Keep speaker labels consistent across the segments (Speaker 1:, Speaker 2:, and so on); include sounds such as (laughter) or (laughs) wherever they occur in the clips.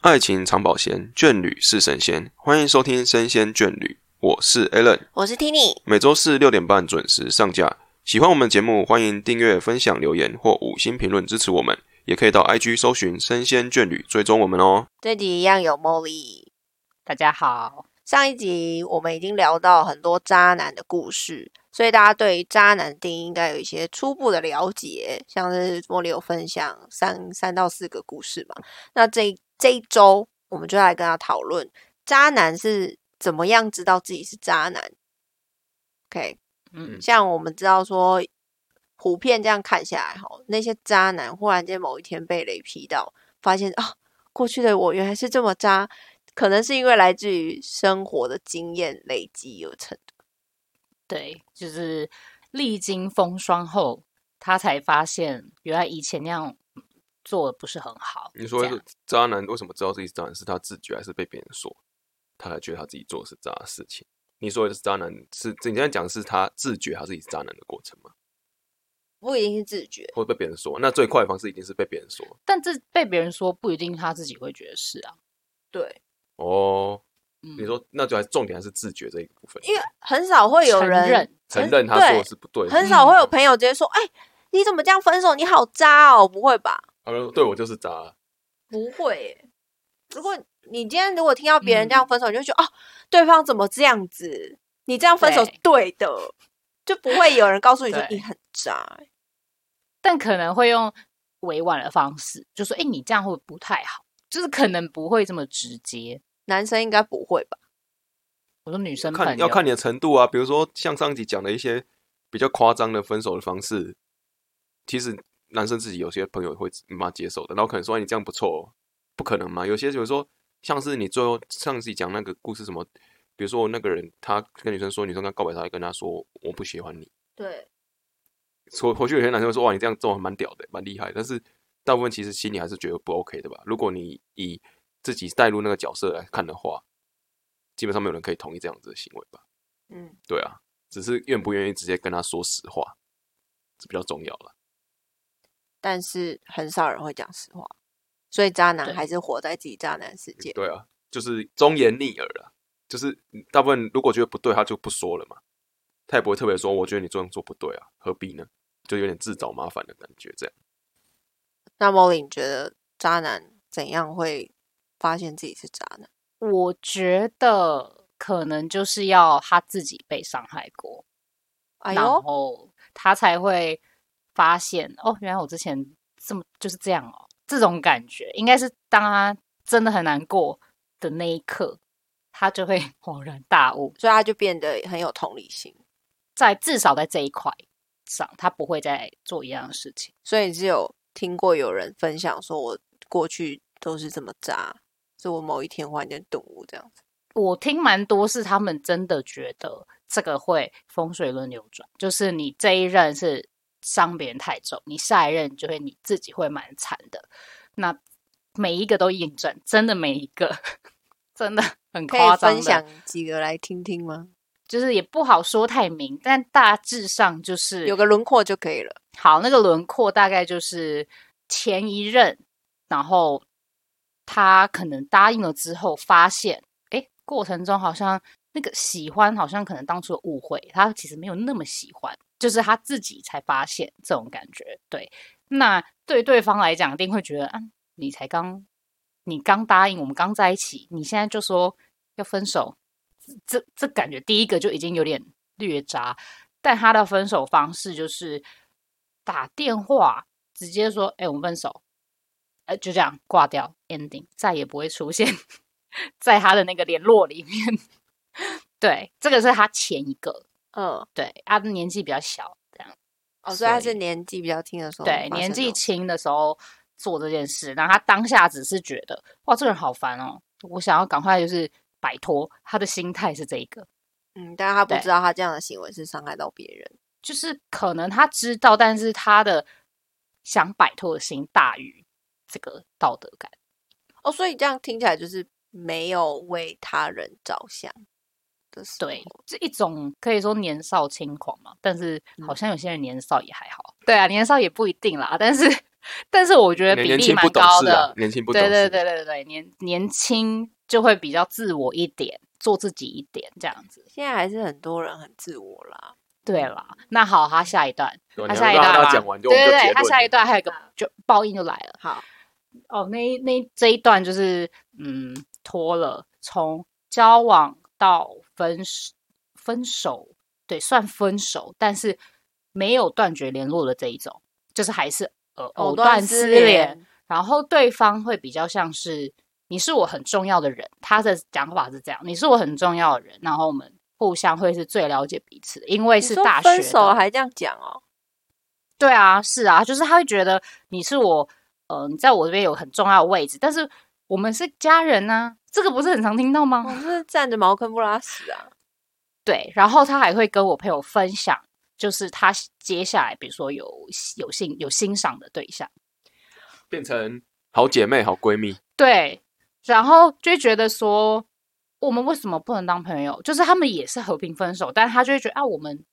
Speaker 1: 爱情长保鲜，眷侣是神仙。欢迎收听《生鲜眷侣》，我是 Alan，
Speaker 2: 我是 Tini，
Speaker 1: 每周四六点半准时上架。喜欢我们节目，欢迎订阅、分享、留言或五星评论支持我们，也可以到 IG 搜寻“生鲜眷侣”追踪我们哦。
Speaker 2: 这集一样有 Molly。
Speaker 3: 大家好，
Speaker 2: 上一集我们已经聊到很多渣男的故事，所以大家对于渣男定义应该有一些初步的了解，像是茉莉有分享三三到四个故事嘛。那这一这一周我们就来跟他讨论渣男是怎么样知道自己是渣男。OK，
Speaker 3: 嗯
Speaker 2: 像我们知道说，普遍这样看下来，哈，那些渣男忽然间某一天被雷劈到，发现啊，过去的我原来是这么渣，可能是因为来自于生活的经验累积而成的。
Speaker 3: 对，就是历经风霜后，他才发现原来以前那样嗯做的不是很好。
Speaker 1: 你说
Speaker 3: 这样
Speaker 1: 渣男为什么知道自己是渣男？是他自觉还是被别人说？他才觉得他自己做的是渣的事情。你说的是渣男，是你现在讲的是他自觉他自己是渣男的过程吗？
Speaker 2: 不一定是自觉，
Speaker 1: 或者被别人说？那最快的方式一定是被别人说
Speaker 3: 但这被别人说不一定他自己会觉得是啊。
Speaker 2: 对，
Speaker 1: 哦。
Speaker 3: 嗯、
Speaker 1: 你说，那就还重点还是自觉这一个部分，
Speaker 2: 因为很少会有
Speaker 3: 承
Speaker 2: 人
Speaker 3: 认
Speaker 1: 承认他
Speaker 2: 哎对
Speaker 1: 做的是不对的，
Speaker 2: 很少会有
Speaker 1: 嗯
Speaker 2: 朋友直接说：“哎、你怎么这样分手？你好渣哦！”不会吧？
Speaker 1: 他说呃对我就是渣，啊
Speaker 2: 不会耶、如果你今天如果听到别人这样
Speaker 3: 嗯
Speaker 2: 分手，你就觉得哦，对方怎么这样子？你这样分手是对的，就不会有人告诉你说
Speaker 3: 对
Speaker 2: 你很渣。
Speaker 3: 但可能会用委婉的方式，就说：“哎、你这样会不太好。”就是可能不会这么直接。
Speaker 2: 男生应该不会吧？
Speaker 3: 我说女生朋友
Speaker 1: 看要看你的程度啊。比如说像上集讲的一些比较夸张的分手的方式，其实男生自己有些朋友会蛮接受的，然后可能说哎你这样不错、哦，不可能嘛。有些比如说像是你最后上集讲那个故事什么，比如说那个人他跟女生说，女生跟他告白，他还跟他说我不喜欢你。
Speaker 2: 对，
Speaker 1: 回回去有些男生会说哇，你这样做还蛮屌的，蛮厉害的。但是大部分其实心里还是觉得不 OK 的吧。如果你以自己带入那个角色来看的话，基本上没有人可以同意这样子的行为吧？
Speaker 2: 嗯，
Speaker 1: 对啊，只是愿不愿意直接跟他说实话，这比较重要了。
Speaker 2: 但是很少人会讲实话，所以渣男
Speaker 3: 对
Speaker 2: 还是活在自己渣男世界。
Speaker 1: 对啊，就是忠言逆耳了。就是大部分如果觉得不对，他就不说了嘛，他也不会特别说我觉得你这样做不对啊，何必呢？就有点自找麻烦的感觉，这样。
Speaker 2: 那 Molly，你觉得渣男怎样会发现自己是渣男？
Speaker 3: 我觉得可能就是要他自己被伤害过，
Speaker 2: 哎
Speaker 3: 然
Speaker 2: 呦，
Speaker 3: 后他才会发现哦，原来我之前这么就是这样哦，这种感觉应该是当他真的很难过的那一刻，他就会 (laughs) 恍然大悟，
Speaker 2: 所以他就变得很有同理心。
Speaker 3: 在至少在这一块上，他不会再做一样的事情。
Speaker 2: 所以你是有听过有人分享说，我过去都是这么渣，是我某一天忽然间顿悟这样子。
Speaker 3: 我听蛮多是他们真的觉得这个会风水轮流转，就是你这一任是伤别人太重，你下一任就会你自己会蛮惨的。那每一个都印证，真的每一个，真的很
Speaker 2: 可
Speaker 3: 夸
Speaker 2: 以
Speaker 3: 张
Speaker 2: 分
Speaker 3: 的，
Speaker 2: 享几个来听听吗？
Speaker 3: 就是也不好说太明，但大致上就是
Speaker 2: 有个轮廓就可以了。
Speaker 3: 好，那个轮廓大概就是前一任，然后他可能答应了之后，发现，诶，过程中好像那个喜欢，好像可能当初有误会，他其实没有那么喜欢，就是他自己才发现这种感觉。对，那对对方来讲，一定会觉得，啊，你才刚，你刚答应我们刚在一起，你现在就说要分手，这这感觉第一个就已经有点略渣，但他的分手方式就是打电话直接说：“哎、我们分手。”呃，就这样挂掉，ending，再也不会出现 (laughs) 在他的那个联络里面。 (laughs) 对，这个是他前一个，
Speaker 2: 嗯，
Speaker 3: 对，他的年纪比较小，这样
Speaker 2: 哦，所以他
Speaker 3: 所
Speaker 2: 是
Speaker 3: 以
Speaker 2: 年纪比较轻的时候发
Speaker 3: 对
Speaker 2: 生，的，哦
Speaker 3: 年纪轻的时候做这件事，然后他当下只是觉得哇，这个人好烦哦，我想要赶快就是摆脱，他的心态是这一个，
Speaker 2: 嗯，但是他不
Speaker 3: 对
Speaker 2: 知道他这样的行为是伤害到别人。
Speaker 3: 就是可能他知道，但是他的想摆脱的心大于这个道德感。
Speaker 2: 哦，所以这样听起来就是没有为他人着想的时候
Speaker 3: 对，
Speaker 1: 哦
Speaker 3: 这一种可以说年少轻狂嘛，但是
Speaker 2: 嗯
Speaker 3: 好像有些人年少也还好。对啊，年少也不一定啦，但是 (laughs) 但是我觉得
Speaker 1: 年
Speaker 3: 比
Speaker 1: 年
Speaker 3: 例
Speaker 1: 轻不
Speaker 3: 蛮
Speaker 1: 懂
Speaker 3: 高
Speaker 1: 事啊
Speaker 3: 的，，
Speaker 1: 年轻不懂
Speaker 3: 对
Speaker 1: 事，
Speaker 3: 对对对对，年年轻就会比较自我一点，做自己一点这样子。
Speaker 2: 现在还是很多人很自我啦。
Speaker 3: 对啦，那好，他下一段，
Speaker 1: 对吧哦
Speaker 3: 他
Speaker 1: 你要
Speaker 3: 下一
Speaker 1: 让
Speaker 3: 段
Speaker 1: 大
Speaker 3: 吧
Speaker 1: 家讲完就我
Speaker 3: 对
Speaker 1: 们就
Speaker 3: 对
Speaker 1: 结
Speaker 3: 对，他下一
Speaker 1: 论。
Speaker 3: 段还有一个就报应就来了。
Speaker 2: 好，
Speaker 3: 哦，那一那一这一段就是嗯拖了，从交往到分手，分手对算分手，但是没有断绝联络的这一种，就是还是呃藕断丝连。，然后对方会比较像是你是我很重要的人，他的讲法是这样，你是我很重要的人，然后我们互相会是最了解彼此的，因为
Speaker 2: 你
Speaker 3: 是
Speaker 2: 说
Speaker 3: 大学
Speaker 2: 分手
Speaker 3: 的
Speaker 2: 还这样讲哦？
Speaker 3: 对啊，是啊，就是他会觉得你是我，呃，你在我这边有很重要的位置，但是我们是家人呐、这个不是很常听到吗？
Speaker 2: 我是站着茅坑不拉屎啊！
Speaker 3: 对，然后他还会跟我朋友分享，就是他接下来，比如说有有欣有欣赏的对象，
Speaker 1: 变成好姐妹、好闺蜜，
Speaker 3: 对，然后就会觉得说，我们为什么不能当朋友？就是他们也是和平分手，但他就会觉得啊，我们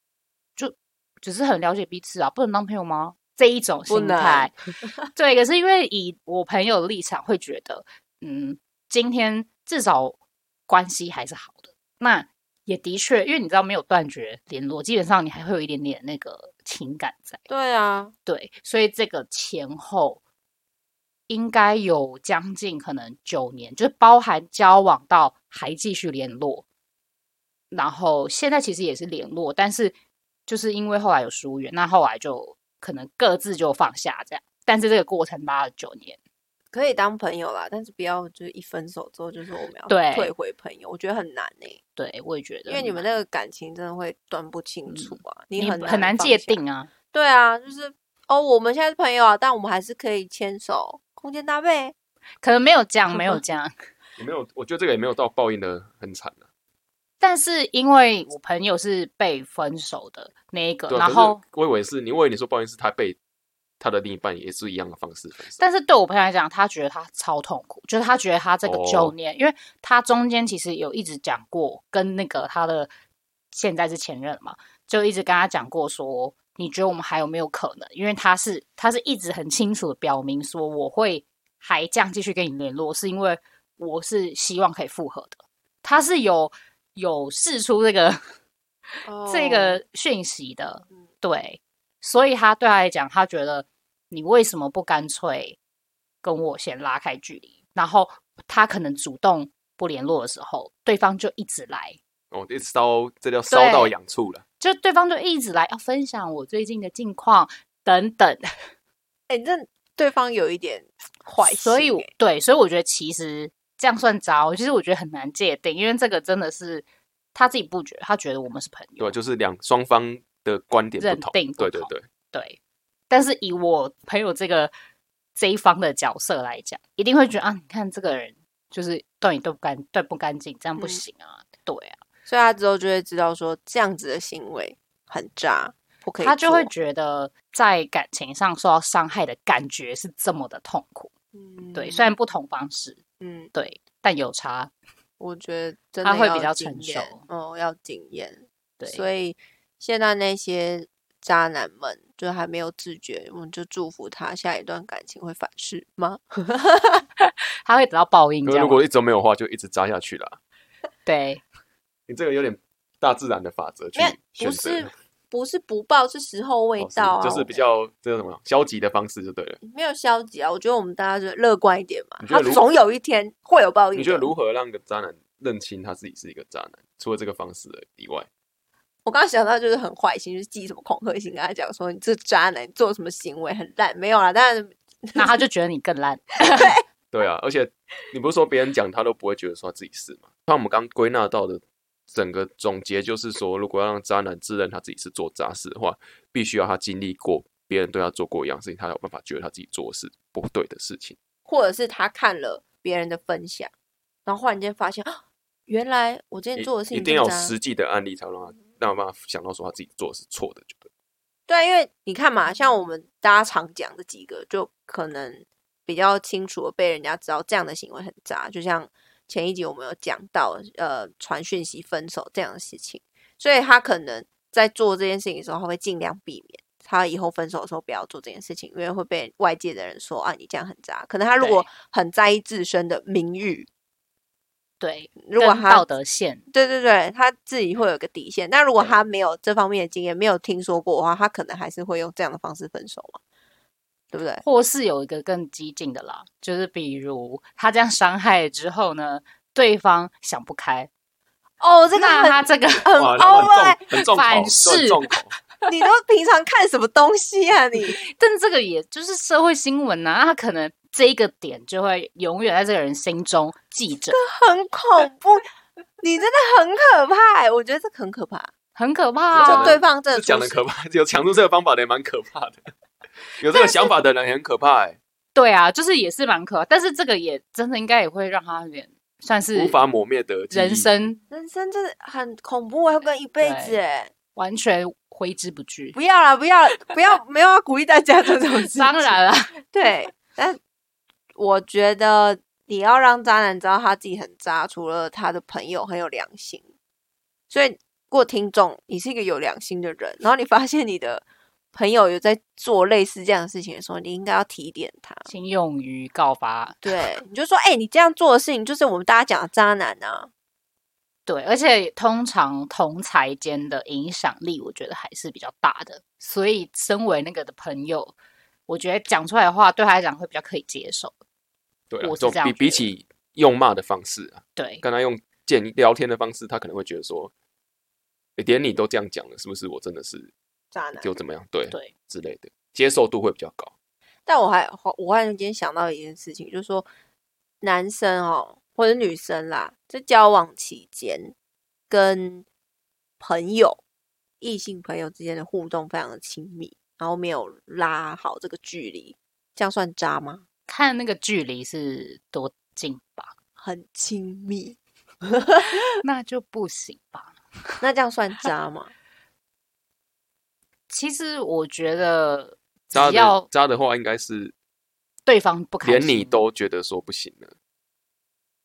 Speaker 3: 就只是很了解彼此啊，不能当朋友吗？这一种
Speaker 2: 不
Speaker 3: 心
Speaker 2: 能 (laughs)
Speaker 3: 态，对。可是因为以我朋友的立场，会觉得，嗯，今天至少关系还是好的。那也的确，因为你知道没有断绝联络，基本上你还会有一点点那个情感在。
Speaker 2: (laughs) 对啊，
Speaker 3: 对，所以这个前后应该有将近可能九年，就是包含交往到还继续联络，然后现在其实也是联络，但是就是因为后来有疏远，那后来就可能各自就放下这样，但是这个过程拉了九年，
Speaker 2: 可以当朋友啦，但是不要就是一分手之后就说我们要
Speaker 3: 对
Speaker 2: 退回朋友，我觉得很难呢、
Speaker 3: 对我也觉得
Speaker 2: 因
Speaker 3: 蛮，
Speaker 2: 为你们那个感情真的会断不清楚啊，
Speaker 3: 嗯你
Speaker 2: 很
Speaker 3: 很难
Speaker 2: 放
Speaker 3: 界
Speaker 2: 下。
Speaker 3: 定啊，
Speaker 2: 对啊，就是哦，我们现在是朋友啊，但我们还是可以牵手，空间搭配。
Speaker 3: 可能没有这样，没
Speaker 2: (laughs)
Speaker 3: 有这样，
Speaker 1: 也没有，我觉得这个也没有到报应的很惨啊。
Speaker 3: 但是因为我朋友是被分手的那一个，
Speaker 1: 对啊，
Speaker 3: 然
Speaker 1: 可是
Speaker 3: 后
Speaker 1: 我以为是你，我以为你说报应是他被他的另一半也是一样的方式分手。
Speaker 3: 但是对我朋友来讲，他觉得他超痛苦，就是他觉得他这个九
Speaker 1: 哦
Speaker 3: 年，因为他中间其实有一直讲过，跟那个他的现在是前任嘛，就一直跟他讲过说，你觉得我们还有没有可能？因为他是他是一直很清楚的表明说，我会还这样继续跟你联络，是因为我是希望可以复合的。他是有有试出这个这
Speaker 2: 哦
Speaker 3: 个讯息的
Speaker 2: 嗯，
Speaker 3: 对，所以他对他来讲，他觉得你为什么不干脆跟我先拉开距离？然后他可能主动不联络的时候，对方就一直来，
Speaker 1: 哦，一烧这叫烧到痒处了。
Speaker 3: 就对方就一直来要分享我最近的近况等等，
Speaker 2: 哎、这对方有一点坏心欸、
Speaker 3: 所以我对，所以我觉得其实这样算渣哦，其实我觉得很难界定，因为这个真的是他自己不觉得，他觉得我们是朋友
Speaker 1: 对，，就是两双方的观点不
Speaker 3: 认
Speaker 1: 同，
Speaker 3: 定不
Speaker 1: 对对
Speaker 3: 同
Speaker 1: 对，
Speaker 3: 对，但是以我朋友这个这一方的角色来讲，一定会觉得啊，你看这个人就是对你对不干对不干净，这样不
Speaker 2: 嗯
Speaker 3: 行啊，对啊，
Speaker 2: 所以他之后就会知道说这样子的行为很渣，不可以做。
Speaker 3: 他就会觉得在感情上受到伤害的感觉是这么的痛苦，
Speaker 2: 嗯
Speaker 3: 对，虽然不同方式，
Speaker 2: 嗯，
Speaker 3: 对，但有差，
Speaker 2: 我觉得真的
Speaker 3: 他会
Speaker 2: 要
Speaker 3: 比较
Speaker 2: 经
Speaker 3: 成
Speaker 2: 验
Speaker 3: 熟
Speaker 2: 哦，要经验。
Speaker 3: 对，
Speaker 2: 所以现在那些渣男们就还没有自觉，我们就祝福他下一段感情会反噬吗？
Speaker 3: 他会得到报应，
Speaker 1: 因
Speaker 3: 这
Speaker 1: 为
Speaker 3: 样
Speaker 1: 如
Speaker 3: 吗
Speaker 1: 果一直没有的话，就一直扎下去了。
Speaker 3: 对，
Speaker 1: 你这个有点大自然的法则去
Speaker 2: 没有，
Speaker 1: 选
Speaker 2: 不
Speaker 1: 择，
Speaker 2: 是不是不报，是时候未
Speaker 1: 哦是
Speaker 2: 到啊，
Speaker 1: 就是比较这个什么消极的方式就对了。
Speaker 2: 没有消极啊。我觉得我们大家就乐观一点嘛，
Speaker 1: 你觉
Speaker 2: 他
Speaker 1: 得如
Speaker 2: 总有一天会有报应的。
Speaker 1: 你觉得如何让个渣男认清他自己是一个渣男？除了这个方式以外，
Speaker 2: 我刚刚想到就是很坏心，就是寄什么恐吓信跟他讲说你这渣男做什么行为很烂，没有啦，但是
Speaker 3: 那他就觉得你更
Speaker 2: (laughs)
Speaker 3: 烂，
Speaker 1: 对啊，而且你不是说别人讲他都不会觉得说他自己是吗？那我们刚归纳到的整个总结就是说，如果要让渣男自认他自己是做渣事的话，必须要他经历过别人对他做过一样事情，他才有办法觉得他自己做的是不对的事情。
Speaker 2: 或者是他看了别人的分享，然后忽然间发现，啊原来我之前做的事
Speaker 1: 一
Speaker 2: 情
Speaker 1: 一定要有
Speaker 2: 这么渣嗯
Speaker 1: 实际的案例，才能让他让他办法想到说他自己做的是错的，就对。
Speaker 2: 对啊，因为你看嘛，
Speaker 3: 嗯
Speaker 2: 像我们大家常讲的几个，就可能比较清楚的被人家知道这样的行为很渣，就像前一集我们有讲到，呃，传讯息分手这样的事情，所以他可能在做这件事情的时候，他会尽量避免，他以后分手的时候不要做这件事情，因为会被外界的人说啊，你这样很渣。可能他如果
Speaker 3: 对
Speaker 2: 很在意自身的名誉，
Speaker 3: 对，
Speaker 2: 如果
Speaker 3: 跟
Speaker 2: 他
Speaker 3: 道德线，
Speaker 2: 对对对，他自己会有个底线。但如果
Speaker 3: 对
Speaker 2: 他没有这方面的经验，没有听说过的话，他可能还是会用这样的方式分手嘛，对不对？ (laughs)
Speaker 3: 或是有一个更激进的啦，就是比如他这样伤害之后呢，对方想不开，
Speaker 2: 哦，这个
Speaker 3: 那
Speaker 2: 很
Speaker 3: 他这个
Speaker 2: 很
Speaker 1: 哇，
Speaker 2: 欧哎，
Speaker 1: 很重，很重口，
Speaker 3: 反
Speaker 1: 这很
Speaker 3: 噬
Speaker 1: 重口。
Speaker 2: 你都平常看什么东西啊你？
Speaker 3: 但这个也就是社会新闻呐、那他可能这一个点就会永远在这个人心中记着，
Speaker 2: 很恐怖，你真的很可怕、欸。我觉得这个很可怕，
Speaker 3: 很可怕、
Speaker 1: 这讲
Speaker 2: 就
Speaker 3: 啊。
Speaker 1: 得
Speaker 2: 对方真 (laughs) 的
Speaker 1: 这讲
Speaker 2: 出
Speaker 1: 的
Speaker 2: 事
Speaker 1: 可怕，有讲出这个方法的也蛮可怕的。 (laughs) 有这个想法的人也很可怕、欸，
Speaker 3: 对啊，就是也是蛮可怕，但是这个也真的应该也会让他有点算是
Speaker 1: 无法磨灭的记忆
Speaker 3: 人。生
Speaker 2: 人生真的很恐怖、欸，要跟一辈子、
Speaker 3: 对
Speaker 2: 欸。
Speaker 3: 完全挥之不去。
Speaker 2: 不要啦，不要，不要，没有要鼓励大家做这种事情。
Speaker 3: 当然了，
Speaker 2: 对，但我觉得你要让渣男知道他自己很渣，除了他的朋友很有良心，所以如果听众你是一个有良心的人，然后你发现你的朋友有在做类似这样的事情的时候，你应该要提点他。
Speaker 3: 请勇于告发。
Speaker 2: 对，你就说，哎、你这样做的事情就是我们大家讲的渣男啊。
Speaker 3: 对，而且通常同才间的影响力，我觉得还是比较大的。所以，身为那个的朋友，我觉得讲出来的话，对他来讲会比较可以接受。
Speaker 1: 对啊，
Speaker 3: 我
Speaker 1: 这
Speaker 3: 是
Speaker 1: 种
Speaker 3: 这样
Speaker 1: 比
Speaker 3: 觉
Speaker 1: 比
Speaker 3: 得
Speaker 1: 起用骂的方式啊，
Speaker 3: 对，
Speaker 1: 跟他用建议聊天的方式，他可能会觉得说，欸连你都这样讲了，是不是我真的是
Speaker 2: 渣男
Speaker 1: 就怎么样？对
Speaker 3: 对
Speaker 1: 之类的，接受度会比较高。
Speaker 2: 但我还我忽然间想到一件事情，就是说男生哦，或者女生啦，在交往期间跟朋友、异性朋友之间的互动非常的亲密，然后没有拉好这个距离，这样算渣吗？
Speaker 3: 看那个距离是多近吧，
Speaker 2: 很亲密，
Speaker 3: 那就不行吧。
Speaker 2: 那这样 (laughs) 算渣吗？
Speaker 3: 其实我觉得，只
Speaker 1: 渣的
Speaker 3: 要
Speaker 1: 渣的话，应该是
Speaker 3: 对方不开心，
Speaker 1: 连你都觉得说不行了，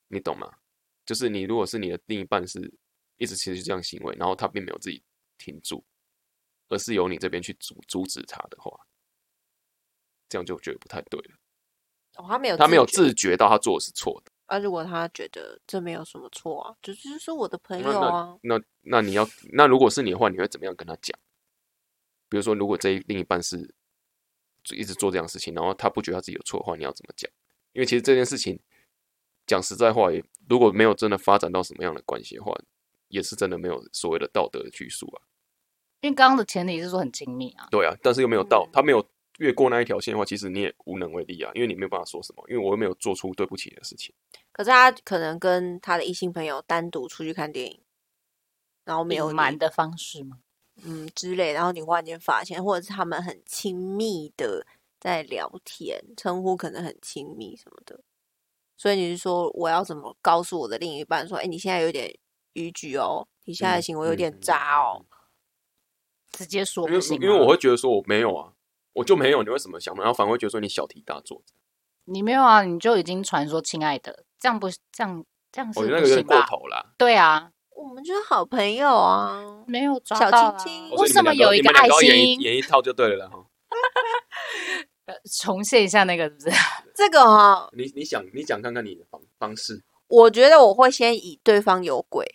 Speaker 1: 你懂吗？就是你如果是你的另一半是一直持续这样行为，然后他并没有自己停住，而是由你这边去阻阻止他的话，这样就觉得不太对了。
Speaker 2: 哦，他没有，
Speaker 1: 他没有，自觉到他做的是错的，
Speaker 2: 啊，如果他觉得这没有什么错啊，只是说我的朋
Speaker 1: 那
Speaker 2: 友啊，
Speaker 1: 那那那你要那如果是你的话，你会怎么样跟他讲？比如说，如果这一另一半是就一直做这样的事情，然后他不觉得他自己有错的话，你要怎么讲？因为其实这件事情讲实在话也，如果没有真的发展到什么样的关系的话，也是真的没有所谓的道德的拘束啊。
Speaker 3: 因为刚刚的前提是说很亲密啊。
Speaker 1: 对啊，但是又没有到
Speaker 2: 嗯
Speaker 1: 他没有越过那一条线的话，其实你也无能为力啊，因为你没有办法说什么，因为我又没有做出对不起的事情。
Speaker 2: 可是他可能跟他的异性朋友单独出去看电影，然后没有
Speaker 3: 隐
Speaker 2: 你
Speaker 3: 瞒的方式吗？
Speaker 2: 嗯之类，然后你忽然间发现，或者是他们很亲密的在聊天，称呼可能很亲密什么的，所以你是说我要怎么告诉我的另一半说，哎，你现在有点逾矩哦，你现在
Speaker 3: 嗯
Speaker 2: 的行为有点渣哦，
Speaker 3: 直接说
Speaker 1: 因为
Speaker 3: 不行吗
Speaker 1: 因为我会觉得说我没有啊，我就没有，你为什么想嘛？然后反而会觉得说你小题大做。
Speaker 3: 你没有啊，你就已经传说亲爱的，这样不这样这样是
Speaker 1: 我哦觉得那个
Speaker 3: 不
Speaker 1: 有点
Speaker 3: 行
Speaker 1: 过
Speaker 3: 吧？
Speaker 1: 头啦。
Speaker 3: 对啊，
Speaker 2: 我们就是好朋友啊。
Speaker 3: 没有抓
Speaker 2: 小
Speaker 3: 到啊、
Speaker 2: 亲亲
Speaker 1: 我说
Speaker 2: 哦
Speaker 3: 为
Speaker 1: 你
Speaker 3: 什
Speaker 1: 们
Speaker 3: 么
Speaker 1: 两个
Speaker 3: 有一
Speaker 1: 你
Speaker 3: 个
Speaker 1: 们两
Speaker 3: 爱
Speaker 1: 个要演一
Speaker 3: 心？
Speaker 1: 演一套就对了啦哈？
Speaker 3: 呃重现一下那个啊是不是？
Speaker 2: 这个哈、
Speaker 1: 你你想你想看看你的方方式，
Speaker 2: 我觉得我会先以对方有鬼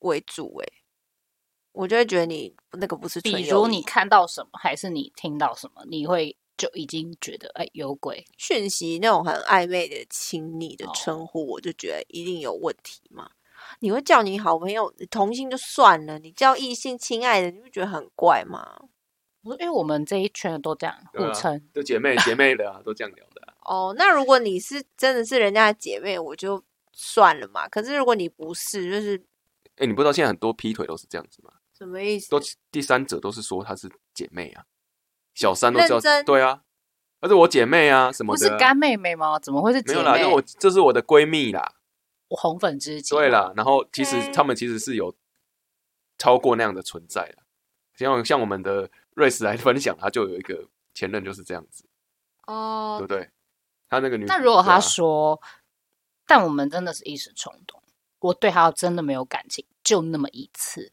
Speaker 2: 为主、欸，我就会觉得你那个不是纯
Speaker 3: 比
Speaker 2: 友
Speaker 3: 如
Speaker 2: 谊
Speaker 3: 你看到什么，还是你听到什么，你会就已经觉得哎有鬼。
Speaker 2: 讯息那种很暧昧的亲昵的
Speaker 3: 哦
Speaker 2: 称呼，我就觉得一定有问题嘛。你会叫你好朋友同性就算了，你叫异性亲爱的，你不觉得很怪吗？
Speaker 3: 我说，因为我们这一圈的都这样
Speaker 1: 对啊
Speaker 3: 互称，
Speaker 1: 就姐妹姐妹的啊，都 (laughs) 这样聊的啊、
Speaker 2: 哦，那如果你是真的是人家的姐妹，我就算了嘛。可是如果你不是，就是
Speaker 1: 哎、你不知道现在很多劈腿都是这样子吗？
Speaker 2: 什么意思？
Speaker 1: 都第三者都是说她是姐妹啊，小三都
Speaker 2: 认
Speaker 1: 叫
Speaker 2: 真
Speaker 1: 对啊，而且我姐妹啊什么
Speaker 3: 不
Speaker 1: 的
Speaker 3: 是
Speaker 1: 啊、
Speaker 3: 干妹妹吗？怎么会是
Speaker 1: 没
Speaker 3: 姐
Speaker 1: 有啦，
Speaker 3: 妹？
Speaker 1: 那我这是我的闺蜜啦，
Speaker 3: 我红粉知己。
Speaker 1: 对，啦，然后其实
Speaker 2: OK
Speaker 1: 他们其实是有超过那样的存在的，像像我们的瑞斯来分享，她就有一个前任就是这样子，对
Speaker 2: 哦
Speaker 1: 不，对？她那个女，
Speaker 3: 那如果
Speaker 1: 对啊
Speaker 3: 他说，但我们真的是一时冲动，我对他真的没有感情，就那么一次，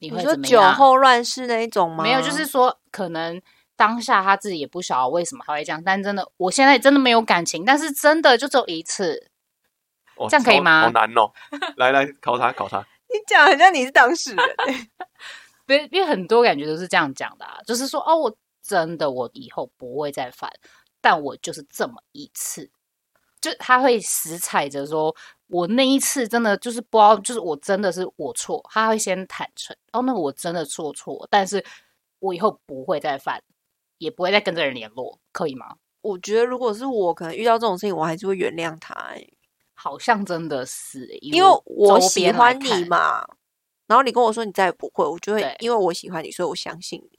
Speaker 3: 你
Speaker 2: 你
Speaker 3: 会
Speaker 2: 说
Speaker 3: 怎么
Speaker 2: 酒
Speaker 3: 样？
Speaker 2: 后乱世那一种吗？
Speaker 3: 没有，就是说可能当下他自己也不晓得为什么他会这样，但真的我现在真的没有感情，但是真的就只有一次，
Speaker 1: 哦
Speaker 3: 这样可以
Speaker 1: 超
Speaker 3: 吗
Speaker 1: 好难哦！来来，考他考他，
Speaker 2: 你讲，好像你是当事 (laughs) 人。欸
Speaker 3: 别因为很多感觉都是这样讲的、啊，就是说哦，我真的我以后不会再犯，但我就是这么一次，就他会死踩着说。我那一次真的就是不知道，就是我真的是我错，他会先坦诚，哦，那我真的做错，但是我以后不会再犯，也不会再跟这个人联络，可以吗？
Speaker 2: 我觉得如果是我，可能遇到这种事情，我还是会原谅他、欸，
Speaker 3: 好像真的是欸，以
Speaker 2: 因为我
Speaker 3: 周
Speaker 2: 喜
Speaker 3: 边
Speaker 2: 欢
Speaker 3: 来
Speaker 2: 你
Speaker 3: 看，
Speaker 2: 嘛。然后你跟我说你再也不会，我就会
Speaker 3: 对
Speaker 2: 因为我喜欢你，所以我相信你。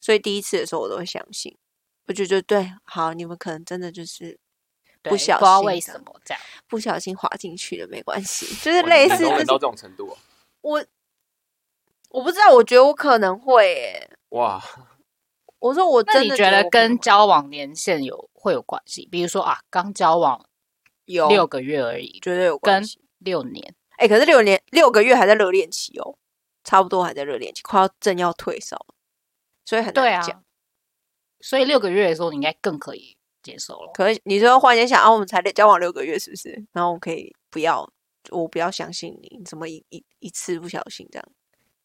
Speaker 2: 所以第一次的时候，我都会相信，我就觉得对，好，你们可能真的就是
Speaker 3: 对
Speaker 2: 不小
Speaker 3: 知道
Speaker 2: 心
Speaker 3: 为
Speaker 2: 这
Speaker 3: 什
Speaker 2: 样
Speaker 3: 么这样。
Speaker 2: 不小心滑进去了，没关
Speaker 3: (laughs)
Speaker 2: 系，就是类似
Speaker 1: 哇你能
Speaker 2: 这
Speaker 1: 忍到这
Speaker 2: 种。
Speaker 1: 种程度哦，
Speaker 2: 我我不知道，我觉得我可能会、欸，
Speaker 1: 哇！
Speaker 2: 我说我
Speaker 3: 那
Speaker 2: 真
Speaker 3: 你
Speaker 2: 的
Speaker 3: 觉
Speaker 2: 得
Speaker 3: 得
Speaker 2: 我可能
Speaker 3: 跟
Speaker 2: 会
Speaker 3: 交往年限有会有关系？比如说啊，刚交往
Speaker 2: 有
Speaker 3: 六个月而已，
Speaker 2: 绝对有关
Speaker 3: 跟
Speaker 2: 系。
Speaker 3: 六年，
Speaker 2: 哎、可是六年六个月还在热恋期哦，差不多还在热恋期，快要正要退烧了，所以很
Speaker 3: 对
Speaker 2: 难
Speaker 3: 啊
Speaker 2: 讲。，
Speaker 3: 所以六个月的时候你应该更可以接受了。
Speaker 2: 可是你说忽然间想啊，我们才交往六个月，是不是？然后我可以不要，我不要相信你，你怎么一一一次不小心这样？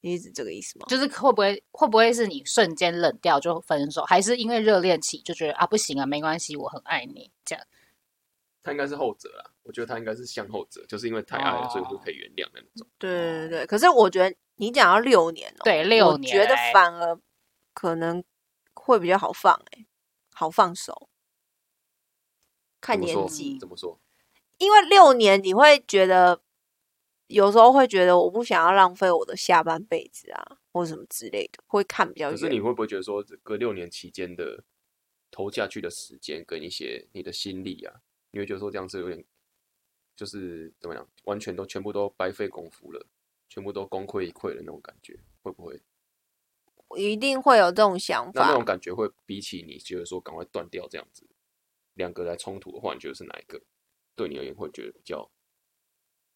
Speaker 2: 你是这个意思吗？
Speaker 3: 就是会不会会不会是你瞬间冷掉就分手，还是因为热恋期就觉得啊不行啊没关系，我很爱你这样？
Speaker 1: 他应该是后者啦，我觉得他应该是向后者，就是因为太爱了，
Speaker 3: 哦
Speaker 1: 所以会可以原谅的那种。
Speaker 2: 对对对。可是我觉得你讲要六年哦、
Speaker 3: 对，六
Speaker 2: 我
Speaker 3: 年
Speaker 2: 觉得
Speaker 3: 欸
Speaker 2: 反而可能会比较好放、欸，好放手，看
Speaker 1: 怎么
Speaker 2: 年
Speaker 1: 说
Speaker 2: 纪。
Speaker 1: 怎么说？
Speaker 2: 因为六年你会觉得，有时候会觉得我不想要浪费我的下半辈子啊，或什么之类的，会看比较
Speaker 1: 可是
Speaker 2: 远。
Speaker 1: 你会不会觉得说，这个六年期间的投下去的时间跟一些你的心力啊，你会觉得说这样是有点，就是怎么样，完全都全部都白费功夫了，全部都功亏一篑的那种感觉，会不会？
Speaker 2: 一定会有这种想
Speaker 1: 那那
Speaker 2: 法
Speaker 1: 种，感觉会比起你觉得说赶快断掉这样子，两个来冲突的话，你觉得是哪一个？对你而言会觉得比较，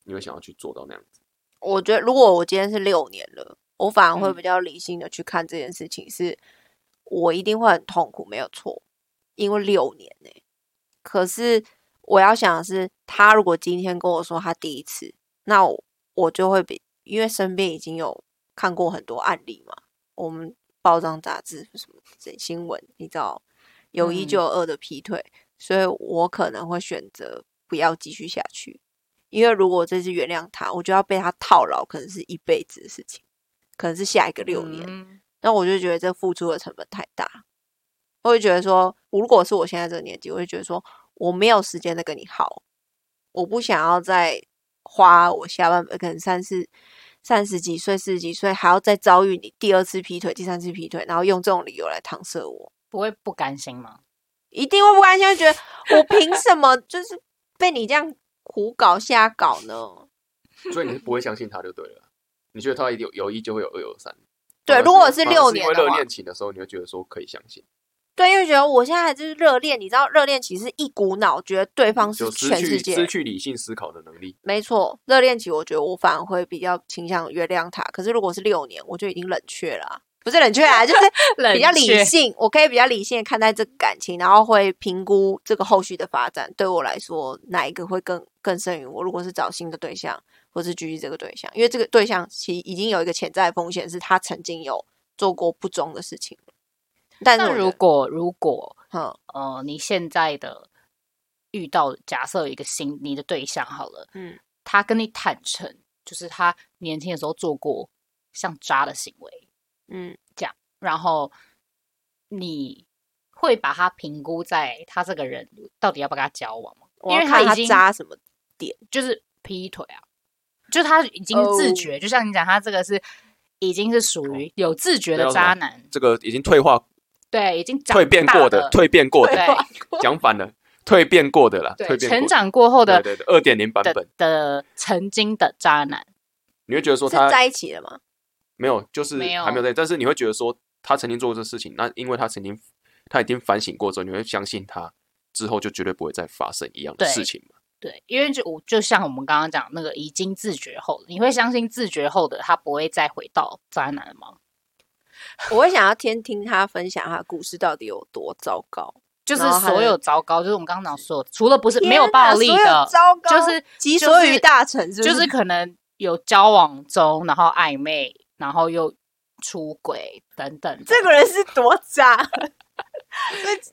Speaker 1: 你会想要去做到那样子？
Speaker 2: 我觉得如果我今天是六年了，我反而会
Speaker 3: 嗯
Speaker 2: 比较理性的去看这件事情是，我一定会很痛苦，没有错，因为六年呢、可是我要想的是，他如果今天跟我说他第一次，那我我就会比，因为身边已经有看过很多案例嘛，我们报章杂志什么这新闻，你知道有一
Speaker 3: 嗯
Speaker 2: 就有二的劈腿，所以我可能会选择不要继续下去，因为如果我这次原谅他，我就要被他套牢，可能是一辈子的事情，可能是下一个六年。
Speaker 3: 嗯
Speaker 2: 那我就觉得这付出的成本太大，我会觉得说，如果是我现在这个年纪，我会觉得说，我没有时间再跟你耗，我不想要再花我下半辈呃可能三四三十几岁、四十几岁还要再遭遇你第二次劈腿、第三次劈腿，然后用这种理由来搪塞我，
Speaker 3: 不会不甘心吗？
Speaker 2: 一定会不甘心，会觉得我凭什么就是被你这样胡搞瞎搞呢？
Speaker 1: 所以你是不会相信他就对了。你觉得他一定有有一就会有二有三。
Speaker 2: 对
Speaker 1: 反而
Speaker 2: 如果是
Speaker 1: 反而
Speaker 2: 六
Speaker 1: 因
Speaker 2: 年
Speaker 1: 为
Speaker 2: 的
Speaker 1: 热
Speaker 2: 话
Speaker 1: 恋期的时候，你会觉得说可以相信，
Speaker 2: 对，因为觉得我现在还就是热恋，你知道热恋其实一股脑觉得对方是
Speaker 1: 就失
Speaker 2: 全
Speaker 1: 去
Speaker 2: 世界
Speaker 1: 失去理性思考的能力。
Speaker 2: 没错，热恋期我觉得我反而会比较倾向原谅他。可是如果是六年，我就已经冷却了啊、不 (laughs) 是冷却啊，就是 (laughs) 比较理性，我可以比较理性的看待这个感情，然后会评估这个后续的发展。对我来说，哪一个会更更胜于我？如果是找新的对象，或是继续这个对象，因为这个对象其实已经有一个潜在风险，是他曾经有做过不忠的事情了。 (laughs) 但是
Speaker 3: 那
Speaker 2: 我觉
Speaker 3: 如
Speaker 2: 得，
Speaker 3: 果如果
Speaker 2: 嗯
Speaker 3: 呃，你现在的遇到假设有一个新你的对象好了，
Speaker 2: 嗯，
Speaker 3: 他跟你坦诚，就是他年轻的时候做过像渣的行为，
Speaker 2: 嗯，
Speaker 3: 然后你会把他评估在他这个人到底要不要跟他交往吗？
Speaker 2: 我
Speaker 3: 因
Speaker 2: 要
Speaker 3: 为
Speaker 2: 看
Speaker 3: 他已
Speaker 2: 他
Speaker 3: 经
Speaker 2: 渣什么
Speaker 3: 就是劈腿啊，就他已经
Speaker 1: 哦
Speaker 3: 自觉就像你讲，他这个是已经是属于有自觉
Speaker 1: 那
Speaker 3: 的
Speaker 1: 叫什么
Speaker 3: 渣男，
Speaker 1: 这个已经退化、
Speaker 3: 对，已经长
Speaker 1: 蜕变
Speaker 3: 大
Speaker 1: 过的、
Speaker 3: 的
Speaker 1: 蜕变过
Speaker 3: 对
Speaker 1: 的，讲反了，蜕变过的啦，蜕变
Speaker 3: 对成
Speaker 1: 过
Speaker 3: 长过后的
Speaker 1: 对对对，二点零版
Speaker 3: 的
Speaker 1: 本，
Speaker 3: 的曾经的渣男，
Speaker 1: 你会觉得说
Speaker 2: 是
Speaker 1: 他
Speaker 2: 在一起了吗？
Speaker 1: 没有，就是
Speaker 3: 没有
Speaker 1: 还没有在，但是你会觉得说他曾经做过这事情，那因为他曾经他已经反省过之后，你会相信他之后就绝对不会再发生一样的
Speaker 3: 对
Speaker 1: 事情嘛？
Speaker 3: 对，因为就我就像我们刚刚讲那个已经自觉后，你会相信自觉后的他不会再回到渣男吗？
Speaker 2: (laughs) 我会想要先听他分享他的故事到底有多糟糕，
Speaker 3: 就是
Speaker 2: 然后他
Speaker 3: 所
Speaker 2: 的
Speaker 3: 有糟糕，就是我们刚刚讲所有，除了不是没有
Speaker 2: 天哪
Speaker 3: 暴力
Speaker 2: 所有
Speaker 3: 的，
Speaker 2: 糟糕，
Speaker 3: 就是
Speaker 2: 集
Speaker 3: 就
Speaker 2: 所有
Speaker 3: 是
Speaker 2: 于大成，是不
Speaker 3: 就是可能有交往中，然后暧昧，然后又出轨等等的。
Speaker 2: 这个人是多
Speaker 3: (laughs)
Speaker 2: 渣，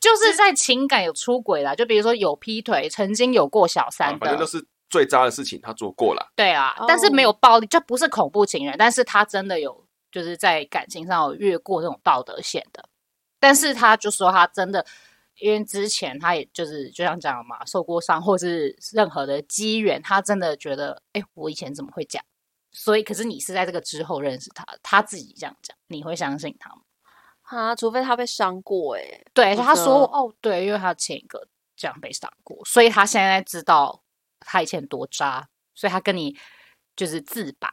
Speaker 3: 就是在情感有出轨啦，就比如说有劈腿，曾经有过小
Speaker 1: 啊
Speaker 3: 三
Speaker 1: 反正
Speaker 3: 的，
Speaker 1: 都是最渣的事情，他做过了。
Speaker 3: 对啊
Speaker 2: 哦，
Speaker 3: 但是没有暴力，就不是恐怖情人，但是他真的有就是在感情上有越过这种道德线的，但是他就说他真的。因为之前他也就是就像讲的嘛，受过伤或是任何的机缘，他真的觉得，哎、我以前怎么会这样？所以，可是你是在这个之后认识他的，他自己这样讲，你会相信他吗？
Speaker 2: 啊，除非他被伤过、欸，
Speaker 3: 对，
Speaker 2: 我
Speaker 3: 他
Speaker 2: 的
Speaker 3: 说哦，对，因为他前一个这样被伤过，所以他现在知道他以前多渣，所以他跟你就是自白。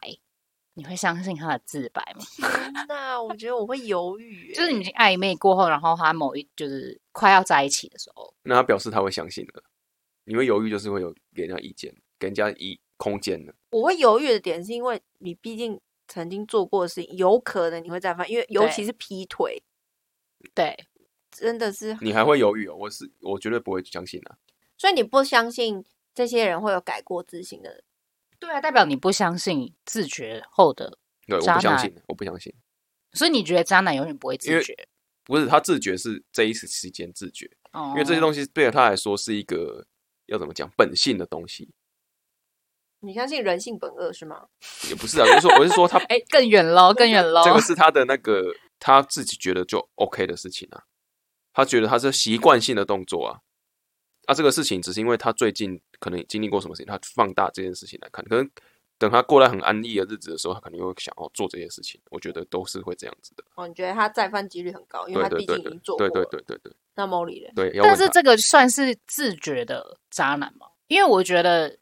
Speaker 3: 你会相信他的自白吗？
Speaker 2: 哎，那我觉得我会犹豫、
Speaker 3: 就是你
Speaker 2: 欸
Speaker 3: 们已经暧昧过后，然后他某一就是快要在一起的时候，
Speaker 1: 那他表示他会相信的，你会犹豫，就是会有给人家意见，给人家一空间的。
Speaker 2: 我会犹豫的点是因为你毕竟曾经做过的事情，有可能你会再犯，因为尤其
Speaker 3: 对
Speaker 2: 是劈腿，
Speaker 3: 对，
Speaker 2: 真的是，
Speaker 1: 你还会犹豫哦？我是我绝对不会相信啊的、
Speaker 2: 所以你不相信这些人会有改过自新的，
Speaker 3: 对啊，代表你不相信自觉后的，
Speaker 1: 对，我
Speaker 3: 渣
Speaker 1: 不相
Speaker 3: 男
Speaker 1: 信，我不相信。
Speaker 3: 所以你觉得渣男永远不会
Speaker 1: 因
Speaker 3: 自
Speaker 1: 为
Speaker 3: 觉，
Speaker 1: 不是他自觉是这一时期间自觉，
Speaker 3: 因
Speaker 1: 因为这些东西对他来说是一个要怎么讲本性的东西，
Speaker 2: 你相信人性本恶是吗？
Speaker 1: 也不是啊。我是说，我是说他
Speaker 3: 哎、更远喽，更
Speaker 2: 哦
Speaker 3: 远喽，
Speaker 1: 这个是他的那个他自己觉得就 OK 的事情啊，他觉得他是习惯性的动作啊，啊，这个事情只是因为他最近可能经历过什么事情，他放大这件事情来看，可能等他过来很安逸的日子的时候，他可能又会想要做这些事情，我觉得都是会这样子的，
Speaker 2: 哦，你觉得他再犯几率很高，因为
Speaker 1: 对
Speaker 2: 他
Speaker 1: 对
Speaker 2: 毕
Speaker 1: 对
Speaker 2: 竟已经做过
Speaker 1: 对对
Speaker 2: 了。
Speaker 1: 对对对对
Speaker 2: 那 Molly 嘞？ (laughs)
Speaker 1: 对，要
Speaker 3: 但
Speaker 1: 问
Speaker 3: 是
Speaker 1: 他，
Speaker 3: 这个算是自觉的渣男吗？因为我觉得，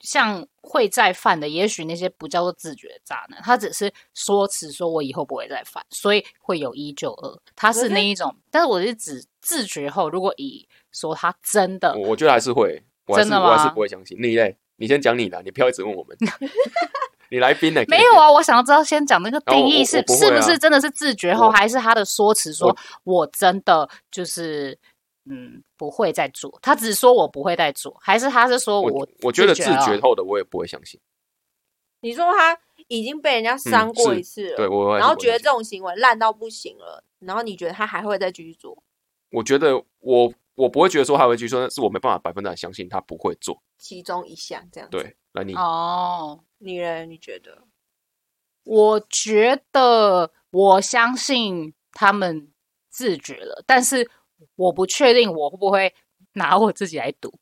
Speaker 3: 像会再犯的，也许那些不叫做自觉的渣男，他只是说辞说我以后不会再犯，所以会有一就二。他是那一种，但是我是指自觉后，如果以说他真的
Speaker 1: 我我觉得还是会，我还是
Speaker 3: 真的
Speaker 1: 我还是
Speaker 3: 吗
Speaker 1: 不会相信你嘞，你先讲你的，你不要一直问我
Speaker 2: (laughs)
Speaker 1: 们，你来宾呢？
Speaker 3: 没有啊，我想要知道先讲那个定
Speaker 1: 我
Speaker 3: 义
Speaker 1: 哦我
Speaker 3: 是、
Speaker 1: 我不会
Speaker 3: 是不
Speaker 1: 啊
Speaker 3: 是真的是自觉后，
Speaker 1: 我
Speaker 3: 还是他的说辞说
Speaker 1: 我
Speaker 3: 我真的就是嗯不会再做，他只是说我不会再做，还是他是说
Speaker 1: 我
Speaker 3: 我啊
Speaker 1: 我觉得自
Speaker 3: 了
Speaker 2: 啊
Speaker 1: 觉后的我也不会相信，
Speaker 2: 你说他已经被人家伤
Speaker 1: 嗯
Speaker 2: 过
Speaker 1: 是
Speaker 2: 一次了，
Speaker 1: 对我还是
Speaker 2: 然后
Speaker 1: 不会
Speaker 2: 觉
Speaker 1: 相
Speaker 2: 得
Speaker 1: 信
Speaker 2: 这种行为烂到不行了，然后你觉得他还会再继续做？
Speaker 1: 我觉得我我不会觉得说他会去说，是我没办法百分之百相信他不会做。
Speaker 2: 其中一项这样子，
Speaker 1: 对，那你、
Speaker 3: 哦，
Speaker 2: 你嘞？你觉得？ (laughs)
Speaker 3: 我觉得我相信他们自觉了，但是我不确定我会不会 (laughs) 拿我自己来赌。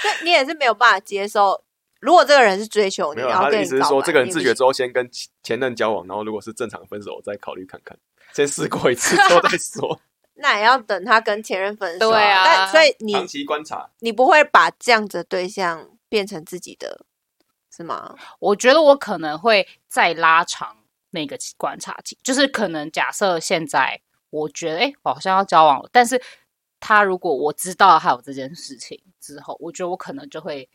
Speaker 2: 那你也是没有办法接受。如果这个人是追求你，
Speaker 1: 没有啊
Speaker 2: 然后
Speaker 1: 他的
Speaker 2: 跟
Speaker 1: 意
Speaker 2: 你
Speaker 1: 思是
Speaker 2: 告
Speaker 1: 说，
Speaker 2: 白
Speaker 1: 这个人
Speaker 2: 你
Speaker 1: 自
Speaker 2: 不
Speaker 1: 觉
Speaker 2: 行
Speaker 1: 之后先跟前前任交往，然后如果是正常分手，我再考虑看看，先试过一次之后
Speaker 3: (laughs)
Speaker 1: 再说，
Speaker 2: 那也要等他跟前任分手。
Speaker 3: 对啊
Speaker 2: 但所以你
Speaker 1: 长期观察。
Speaker 2: 你不会把这样子的对象变成自己的，是吗？
Speaker 3: 我觉得我可能会再拉长那个期观察期，就是可能假设现在我觉得，哎，我好像要交往了，但是他如果我知道还有这件事情之后，我觉得我可能就会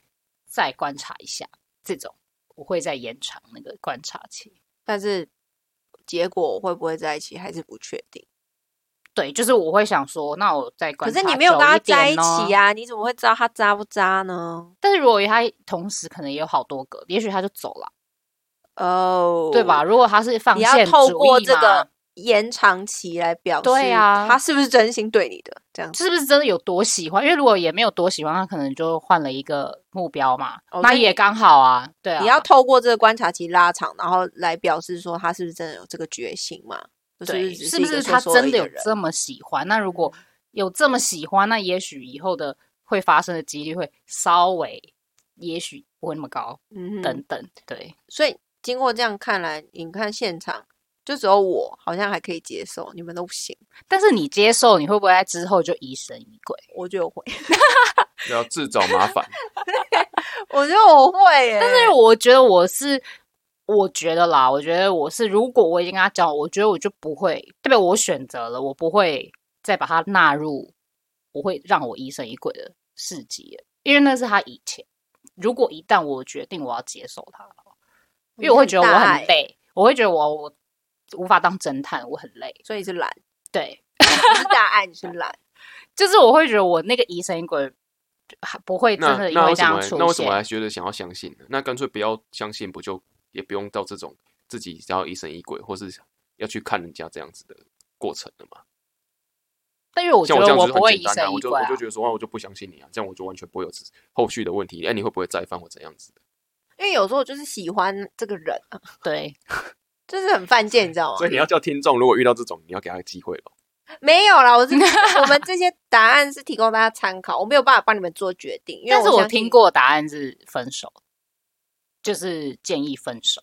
Speaker 3: 再观察一下，这种我会再延长那个观察期。
Speaker 2: 但是结果会不会在一起还是不确定。
Speaker 3: 对，就是我会想说，那我再观
Speaker 2: 可
Speaker 3: 察、
Speaker 2: 是你没有跟他在一起
Speaker 3: 呀、
Speaker 2: 啊，你怎么会知道他渣不渣呢？
Speaker 3: 但是如果他同时可能也有好多个，也许他就走了，
Speaker 2: 哦、
Speaker 3: 对吧？？如果他是放
Speaker 2: 你要
Speaker 3: 线
Speaker 2: 透
Speaker 3: 主
Speaker 2: 过
Speaker 3: 义
Speaker 2: 这
Speaker 3: 嘛
Speaker 2: 个延长期来表示，
Speaker 3: 对啊
Speaker 2: 他是不是真心对你的？这样子，
Speaker 3: 是不是真的有多喜欢？因为如果也没有多喜欢，他可能就换了一个目标嘛，
Speaker 2: 哦
Speaker 3: 那
Speaker 2: 所以
Speaker 3: 也刚好啊，对啊。
Speaker 2: 你要透过这个观察期拉长，然后来表示说他是不是真的有这个决心嘛？就
Speaker 3: 对，
Speaker 2: 只
Speaker 3: 是
Speaker 2: 一
Speaker 3: 不
Speaker 2: 个
Speaker 3: 是
Speaker 2: 说
Speaker 3: 他
Speaker 2: 说而
Speaker 3: 真
Speaker 2: 已
Speaker 3: 的有
Speaker 2: 人嗯
Speaker 3: 这么喜欢？那如果有这么喜欢，那也许以后的会发生的几率会稍微，也许不会那么高，
Speaker 2: 嗯
Speaker 3: 等
Speaker 2: 哼，
Speaker 3: 等，对。
Speaker 2: 所以经过这样看来，你看现场就只有我好像还可以接受，你们都不行，
Speaker 3: 但是你接受，你会不会在之后就疑神疑鬼？
Speaker 2: 欸我觉得我会，
Speaker 1: 要自找麻
Speaker 3: (laughs)
Speaker 1: 烦，
Speaker 2: 我觉得 (laughs) 我会耶、
Speaker 3: 但是我觉得我是，我觉得啦，我觉得我是，如果我已经跟他交往，我觉得我就不会，代表我选择了，我不会再把他纳入不会让我疑神疑鬼的事迹了，因为那是他以前。如果一旦我决定我要接受他的话，因为我会觉得我
Speaker 1: 欸
Speaker 2: 累，
Speaker 3: 很累，我会觉得我我无法当侦探，我很累。
Speaker 2: 所以你是懒，
Speaker 3: 对，
Speaker 2: 不是大爱，你是懒。
Speaker 3: 就是我会觉得我那个疑神疑鬼还不会真
Speaker 1: 那
Speaker 3: 的因
Speaker 1: 那
Speaker 3: 为
Speaker 1: 为什
Speaker 3: 这样
Speaker 1: 么还
Speaker 3: 出
Speaker 1: 那为什么还
Speaker 3: 现。
Speaker 1: 觉得想要相信呢？那干脆不要相信，不就也不用到这种自己只要疑神疑鬼，或是要去看人家这样子的过程了嘛？
Speaker 3: 但因为我觉
Speaker 1: 像我这样子
Speaker 3: 得
Speaker 1: 就
Speaker 3: 不
Speaker 1: 很
Speaker 3: 会
Speaker 1: 简
Speaker 3: 疑
Speaker 1: 单
Speaker 3: 神
Speaker 1: 啊，我
Speaker 3: 疑
Speaker 1: 就
Speaker 3: 鬼
Speaker 1: 我
Speaker 3: 啊
Speaker 1: 就，觉得说，啊我就不相信你啊，这样我就完全不会有后续的问题。哎，你会不会再犯或怎样子的？
Speaker 2: 因为有时候我就是喜欢这个人啊，
Speaker 3: 对，
Speaker 2: 就是很犯贱，你知道
Speaker 1: 所
Speaker 2: 吗
Speaker 1: 以？你要叫听众，如果遇到这种，你要给他机会咯。
Speaker 2: (laughs)
Speaker 1: (laughs)
Speaker 2: 没有啦，我是我们这些答案是提供大家参考，我没有办法帮你们做决定。因为
Speaker 3: 但是
Speaker 2: 我
Speaker 3: 我
Speaker 2: 相信
Speaker 3: 听，过答案是分手，就是建议分手。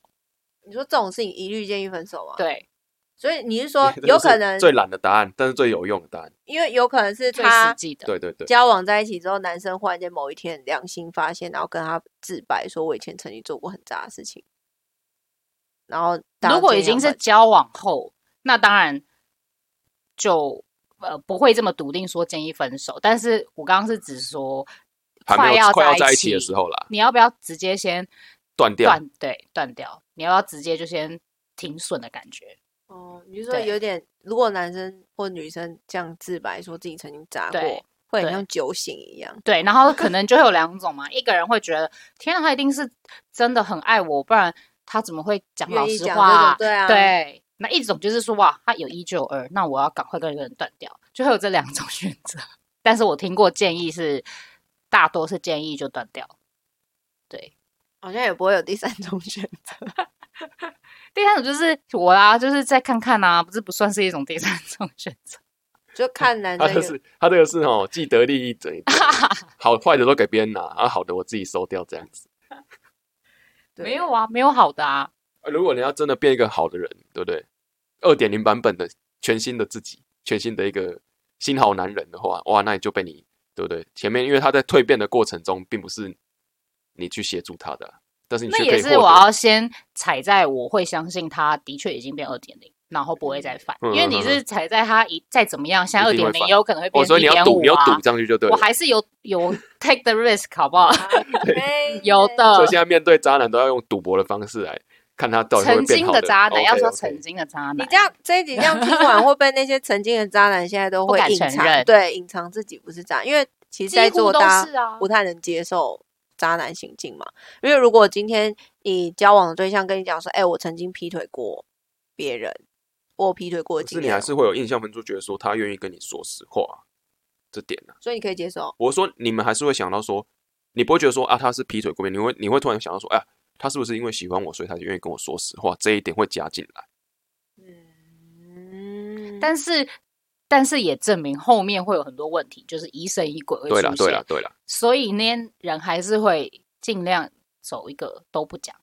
Speaker 2: 你说这种事情一律建议分手啊？，
Speaker 3: 对，
Speaker 2: 所以你是说
Speaker 1: (laughs) 这
Speaker 2: 有
Speaker 1: 就是
Speaker 2: 可能，
Speaker 1: 最懒的答案，但是最有用的答案。
Speaker 2: 因为有可能是
Speaker 3: 最实
Speaker 2: 他
Speaker 3: 际的。
Speaker 1: 对对对，
Speaker 2: 交往在一起之后，男生忽然间某一天良心发现，然后跟他自白说：“我以前曾经做过很渣的事情。”然后当
Speaker 3: 如果
Speaker 2: 这
Speaker 3: 已经
Speaker 2: 样
Speaker 3: 是
Speaker 2: 分
Speaker 3: 交往后，那当然就呃不会这么笃定说建议分手。但是我刚刚是只说
Speaker 1: 还没有
Speaker 3: 要
Speaker 1: 快要在
Speaker 3: 一
Speaker 1: 一起的时
Speaker 3: 候，
Speaker 1: 候啦，
Speaker 3: 你要不要直接先
Speaker 1: 断掉。
Speaker 3: 断对断掉？你要不要直接就先停损的感觉？
Speaker 2: 哦，你是说
Speaker 3: 对
Speaker 2: 有点，如果男生或女生这样自白说自己曾经渣过
Speaker 3: 对，
Speaker 2: 会很
Speaker 3: 对
Speaker 2: 像酒醒一样。
Speaker 3: 对，然后可能就会有两种嘛，一个人会觉得天啊，他一定是真的很爱我，不然他怎么会讲老
Speaker 2: 愿意
Speaker 3: 实
Speaker 2: 讲
Speaker 3: 话啊？
Speaker 2: 这种，对啊，，
Speaker 3: 对，那一种就是说哇，他有一就有二，那我要赶快跟一个人断掉，就会有这两种选择。但是我听过建议是，大多是建议就断掉。对，
Speaker 2: 好像也不会有第三种选择。
Speaker 3: 第三种就是我啦，就是再看看啊，不是不算是一种第三种选择。
Speaker 2: 就看男
Speaker 1: 他
Speaker 2: 生
Speaker 1: 这啊
Speaker 2: 有
Speaker 1: 是他这个是哦，既得利益者，
Speaker 3: (laughs)
Speaker 1: 好坏的都给别人拿，啊，好的我自己收掉这样子。
Speaker 2: 对
Speaker 3: 没有啊，没有好的啊，
Speaker 1: 啊如果你要真的变一个好的人，对不对？二点零版本的全新的自己，全新的一个新好男人的话，哇，那你就被你对不对？前面因为他在蜕变的过程中，并不是你去协助他的啊，但是你
Speaker 3: 那
Speaker 1: 却可
Speaker 3: 也
Speaker 1: 以获
Speaker 3: 是我
Speaker 1: 得。哦
Speaker 3: 要先踩在我会相信他的确已经变二点零。然后不会再犯，
Speaker 1: 嗯
Speaker 3: 因为你是踩在他一再怎么样，现在二
Speaker 1: 一定会
Speaker 3: 点零
Speaker 1: 犯
Speaker 3: 有可能会变
Speaker 1: 哦，所以
Speaker 3: 一
Speaker 1: 你要
Speaker 3: 点
Speaker 1: 赌，
Speaker 3: 五
Speaker 1: 你要
Speaker 3: 啊
Speaker 1: 赌，上去就对
Speaker 3: 我
Speaker 1: 了。
Speaker 3: 还是有有 (laughs) take the risk 好不好？
Speaker 2: OK，
Speaker 3: (laughs) 有的
Speaker 1: 所以现在面对渣男都要用赌博的方式来看他到底会不会
Speaker 3: 曾
Speaker 1: 变
Speaker 3: 经
Speaker 1: 好
Speaker 3: 的渣男，
Speaker 1: OK，
Speaker 3: 要说
Speaker 1: OK
Speaker 3: 曾经的渣男，
Speaker 2: 你这样这一集这样听完，会不会那些曾经的渣男现在都
Speaker 3: 不
Speaker 2: 会
Speaker 3: 敢
Speaker 2: 隐
Speaker 3: 承
Speaker 2: 藏？
Speaker 3: 认
Speaker 2: 对，隐藏自己不是渣，因为其实在
Speaker 3: 几
Speaker 2: 座
Speaker 3: 乎都
Speaker 2: 大
Speaker 3: 是
Speaker 2: 家
Speaker 3: 啊
Speaker 2: 不。太能接受渣男行径嘛。因为如果今天你交往的对象跟你讲说：“哎、我曾经劈腿过别人，我有劈腿过的
Speaker 1: 可是
Speaker 2: 经
Speaker 1: 你
Speaker 2: 验
Speaker 1: 还
Speaker 2: 哦。
Speaker 1: 是会有印象分，就觉得说他愿意跟你说实话，啊这点啊呢、”
Speaker 2: 所以你可以接受。
Speaker 1: 我说你们还是会想到说，你不会觉得说啊他是劈腿过面，你会你会突然想到说，哎呀，他是不是因为喜欢我，所以他就愿意跟我说实话？这一点会加进来。
Speaker 2: 嗯，
Speaker 3: 但是，但是也证明后面会有很多问题，就是疑神疑鬼会
Speaker 1: 对啦
Speaker 3: 出，
Speaker 1: 对啦
Speaker 3: 现。，
Speaker 1: 对啦，
Speaker 3: 所以那些人还是会尽量走一个都不讲。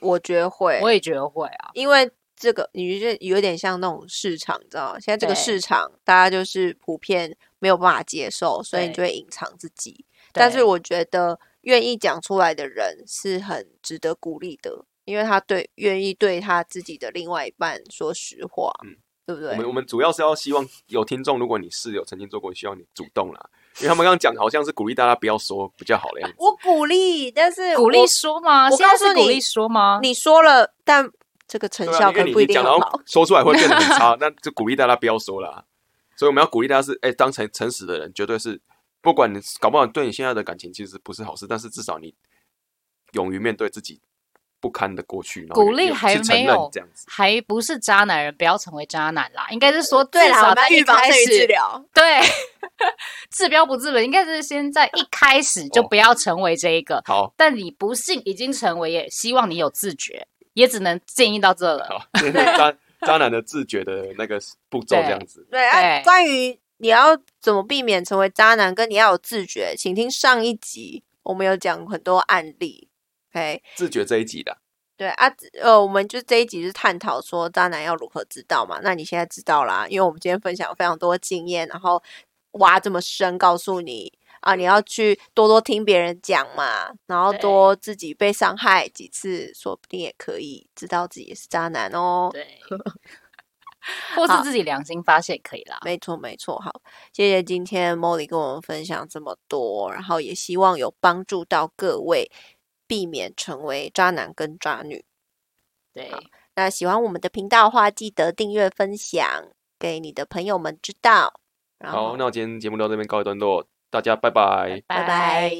Speaker 2: 我觉得会，
Speaker 3: 我也觉得会啊，
Speaker 2: 因为这个你就是有点像那种市场，你知道吗？现在这个
Speaker 3: 对
Speaker 2: 市场大家就是普遍没有办法接受，所以你
Speaker 3: 对
Speaker 2: 就会隐藏自己。但是
Speaker 3: 对
Speaker 2: 我觉得愿意讲出来的人是很值得鼓励的，因为他对愿意对他自己的另外一半说实话，
Speaker 1: 嗯
Speaker 2: 对不
Speaker 1: 我们
Speaker 2: 对？
Speaker 1: 我们主要是要希望有听众，如果你是有曾经做过，希望你主动啦，因为他们刚刚讲好像是鼓励大家不要说比较好的样子。
Speaker 2: 我鼓励，但是
Speaker 3: 鼓励
Speaker 2: 我
Speaker 3: 说吗？
Speaker 2: 我
Speaker 3: 现在
Speaker 2: 告诉
Speaker 3: 是鼓
Speaker 2: 你
Speaker 3: 励说吗？
Speaker 2: 你说了，但这个成
Speaker 1: 对
Speaker 2: 效
Speaker 1: 啊，
Speaker 2: 可
Speaker 1: 因为
Speaker 2: 能
Speaker 1: 你
Speaker 2: 不一
Speaker 1: 你
Speaker 2: 定
Speaker 1: 讲
Speaker 2: 很
Speaker 1: 然
Speaker 2: 好
Speaker 1: 后。说出来会变得很
Speaker 2: (laughs)
Speaker 1: 差，那就鼓励大家不要说啦。所以我们要鼓励大家是，哎、当成诚实的人，绝对是不管你搞不好对你现在的感情其实不是好事，但是至少你勇于面对自己不堪的过去，然后
Speaker 3: 鼓励
Speaker 1: 也
Speaker 3: 还
Speaker 1: 去承
Speaker 3: 没
Speaker 1: 认
Speaker 3: 有
Speaker 1: 这样子。
Speaker 3: 还不是渣男人，不要成为渣男啦。应该是说，
Speaker 2: 呃对
Speaker 3: 至
Speaker 2: 啦，我
Speaker 3: 少
Speaker 2: 们
Speaker 3: 在
Speaker 2: 要
Speaker 3: 一
Speaker 2: 预防
Speaker 3: 开
Speaker 2: 胜于治
Speaker 3: 始，
Speaker 2: 疗。
Speaker 3: 对， (laughs) 治标不治本，应该是先在一开始就
Speaker 1: 哦
Speaker 3: 不要成为这一个。
Speaker 1: 好，
Speaker 3: 但你不幸已经成为，也希望你有自觉，也只能建议到这了。
Speaker 2: (laughs)
Speaker 1: 好，今天的渣渣男的自觉的那个步骤这样子。
Speaker 2: 对啊，
Speaker 3: 对
Speaker 2: 关于你要怎么避免成为渣男，跟你要有自觉，请听上一集，我们有讲很多案例。OK，
Speaker 1: 自觉这一集的，
Speaker 2: 对啊，呃，我们就这一集是探讨说渣男要如何知道嘛？那你现在知道啦，因为我们今天分享了非常多经验，然后挖这么深，告诉你啊，你要去多多听别人讲嘛，然后
Speaker 3: 对
Speaker 2: 多自己被伤害几次，说不定也可以知道自己也是渣男哦。
Speaker 3: 对， (laughs) 或
Speaker 2: 好
Speaker 3: 是自己良心发现也可以啦。
Speaker 2: 没错，没错。好，谢谢今天 Molly 跟我们分享这么多，然后也希望有帮助到各位，避免成为渣男跟渣女。
Speaker 3: 对，
Speaker 2: 那喜欢我们的频道的话，记得订阅、分享给你的朋友们知道。然后
Speaker 1: 好，那我今天节目到这边告一段落，大家拜拜。
Speaker 2: 拜拜。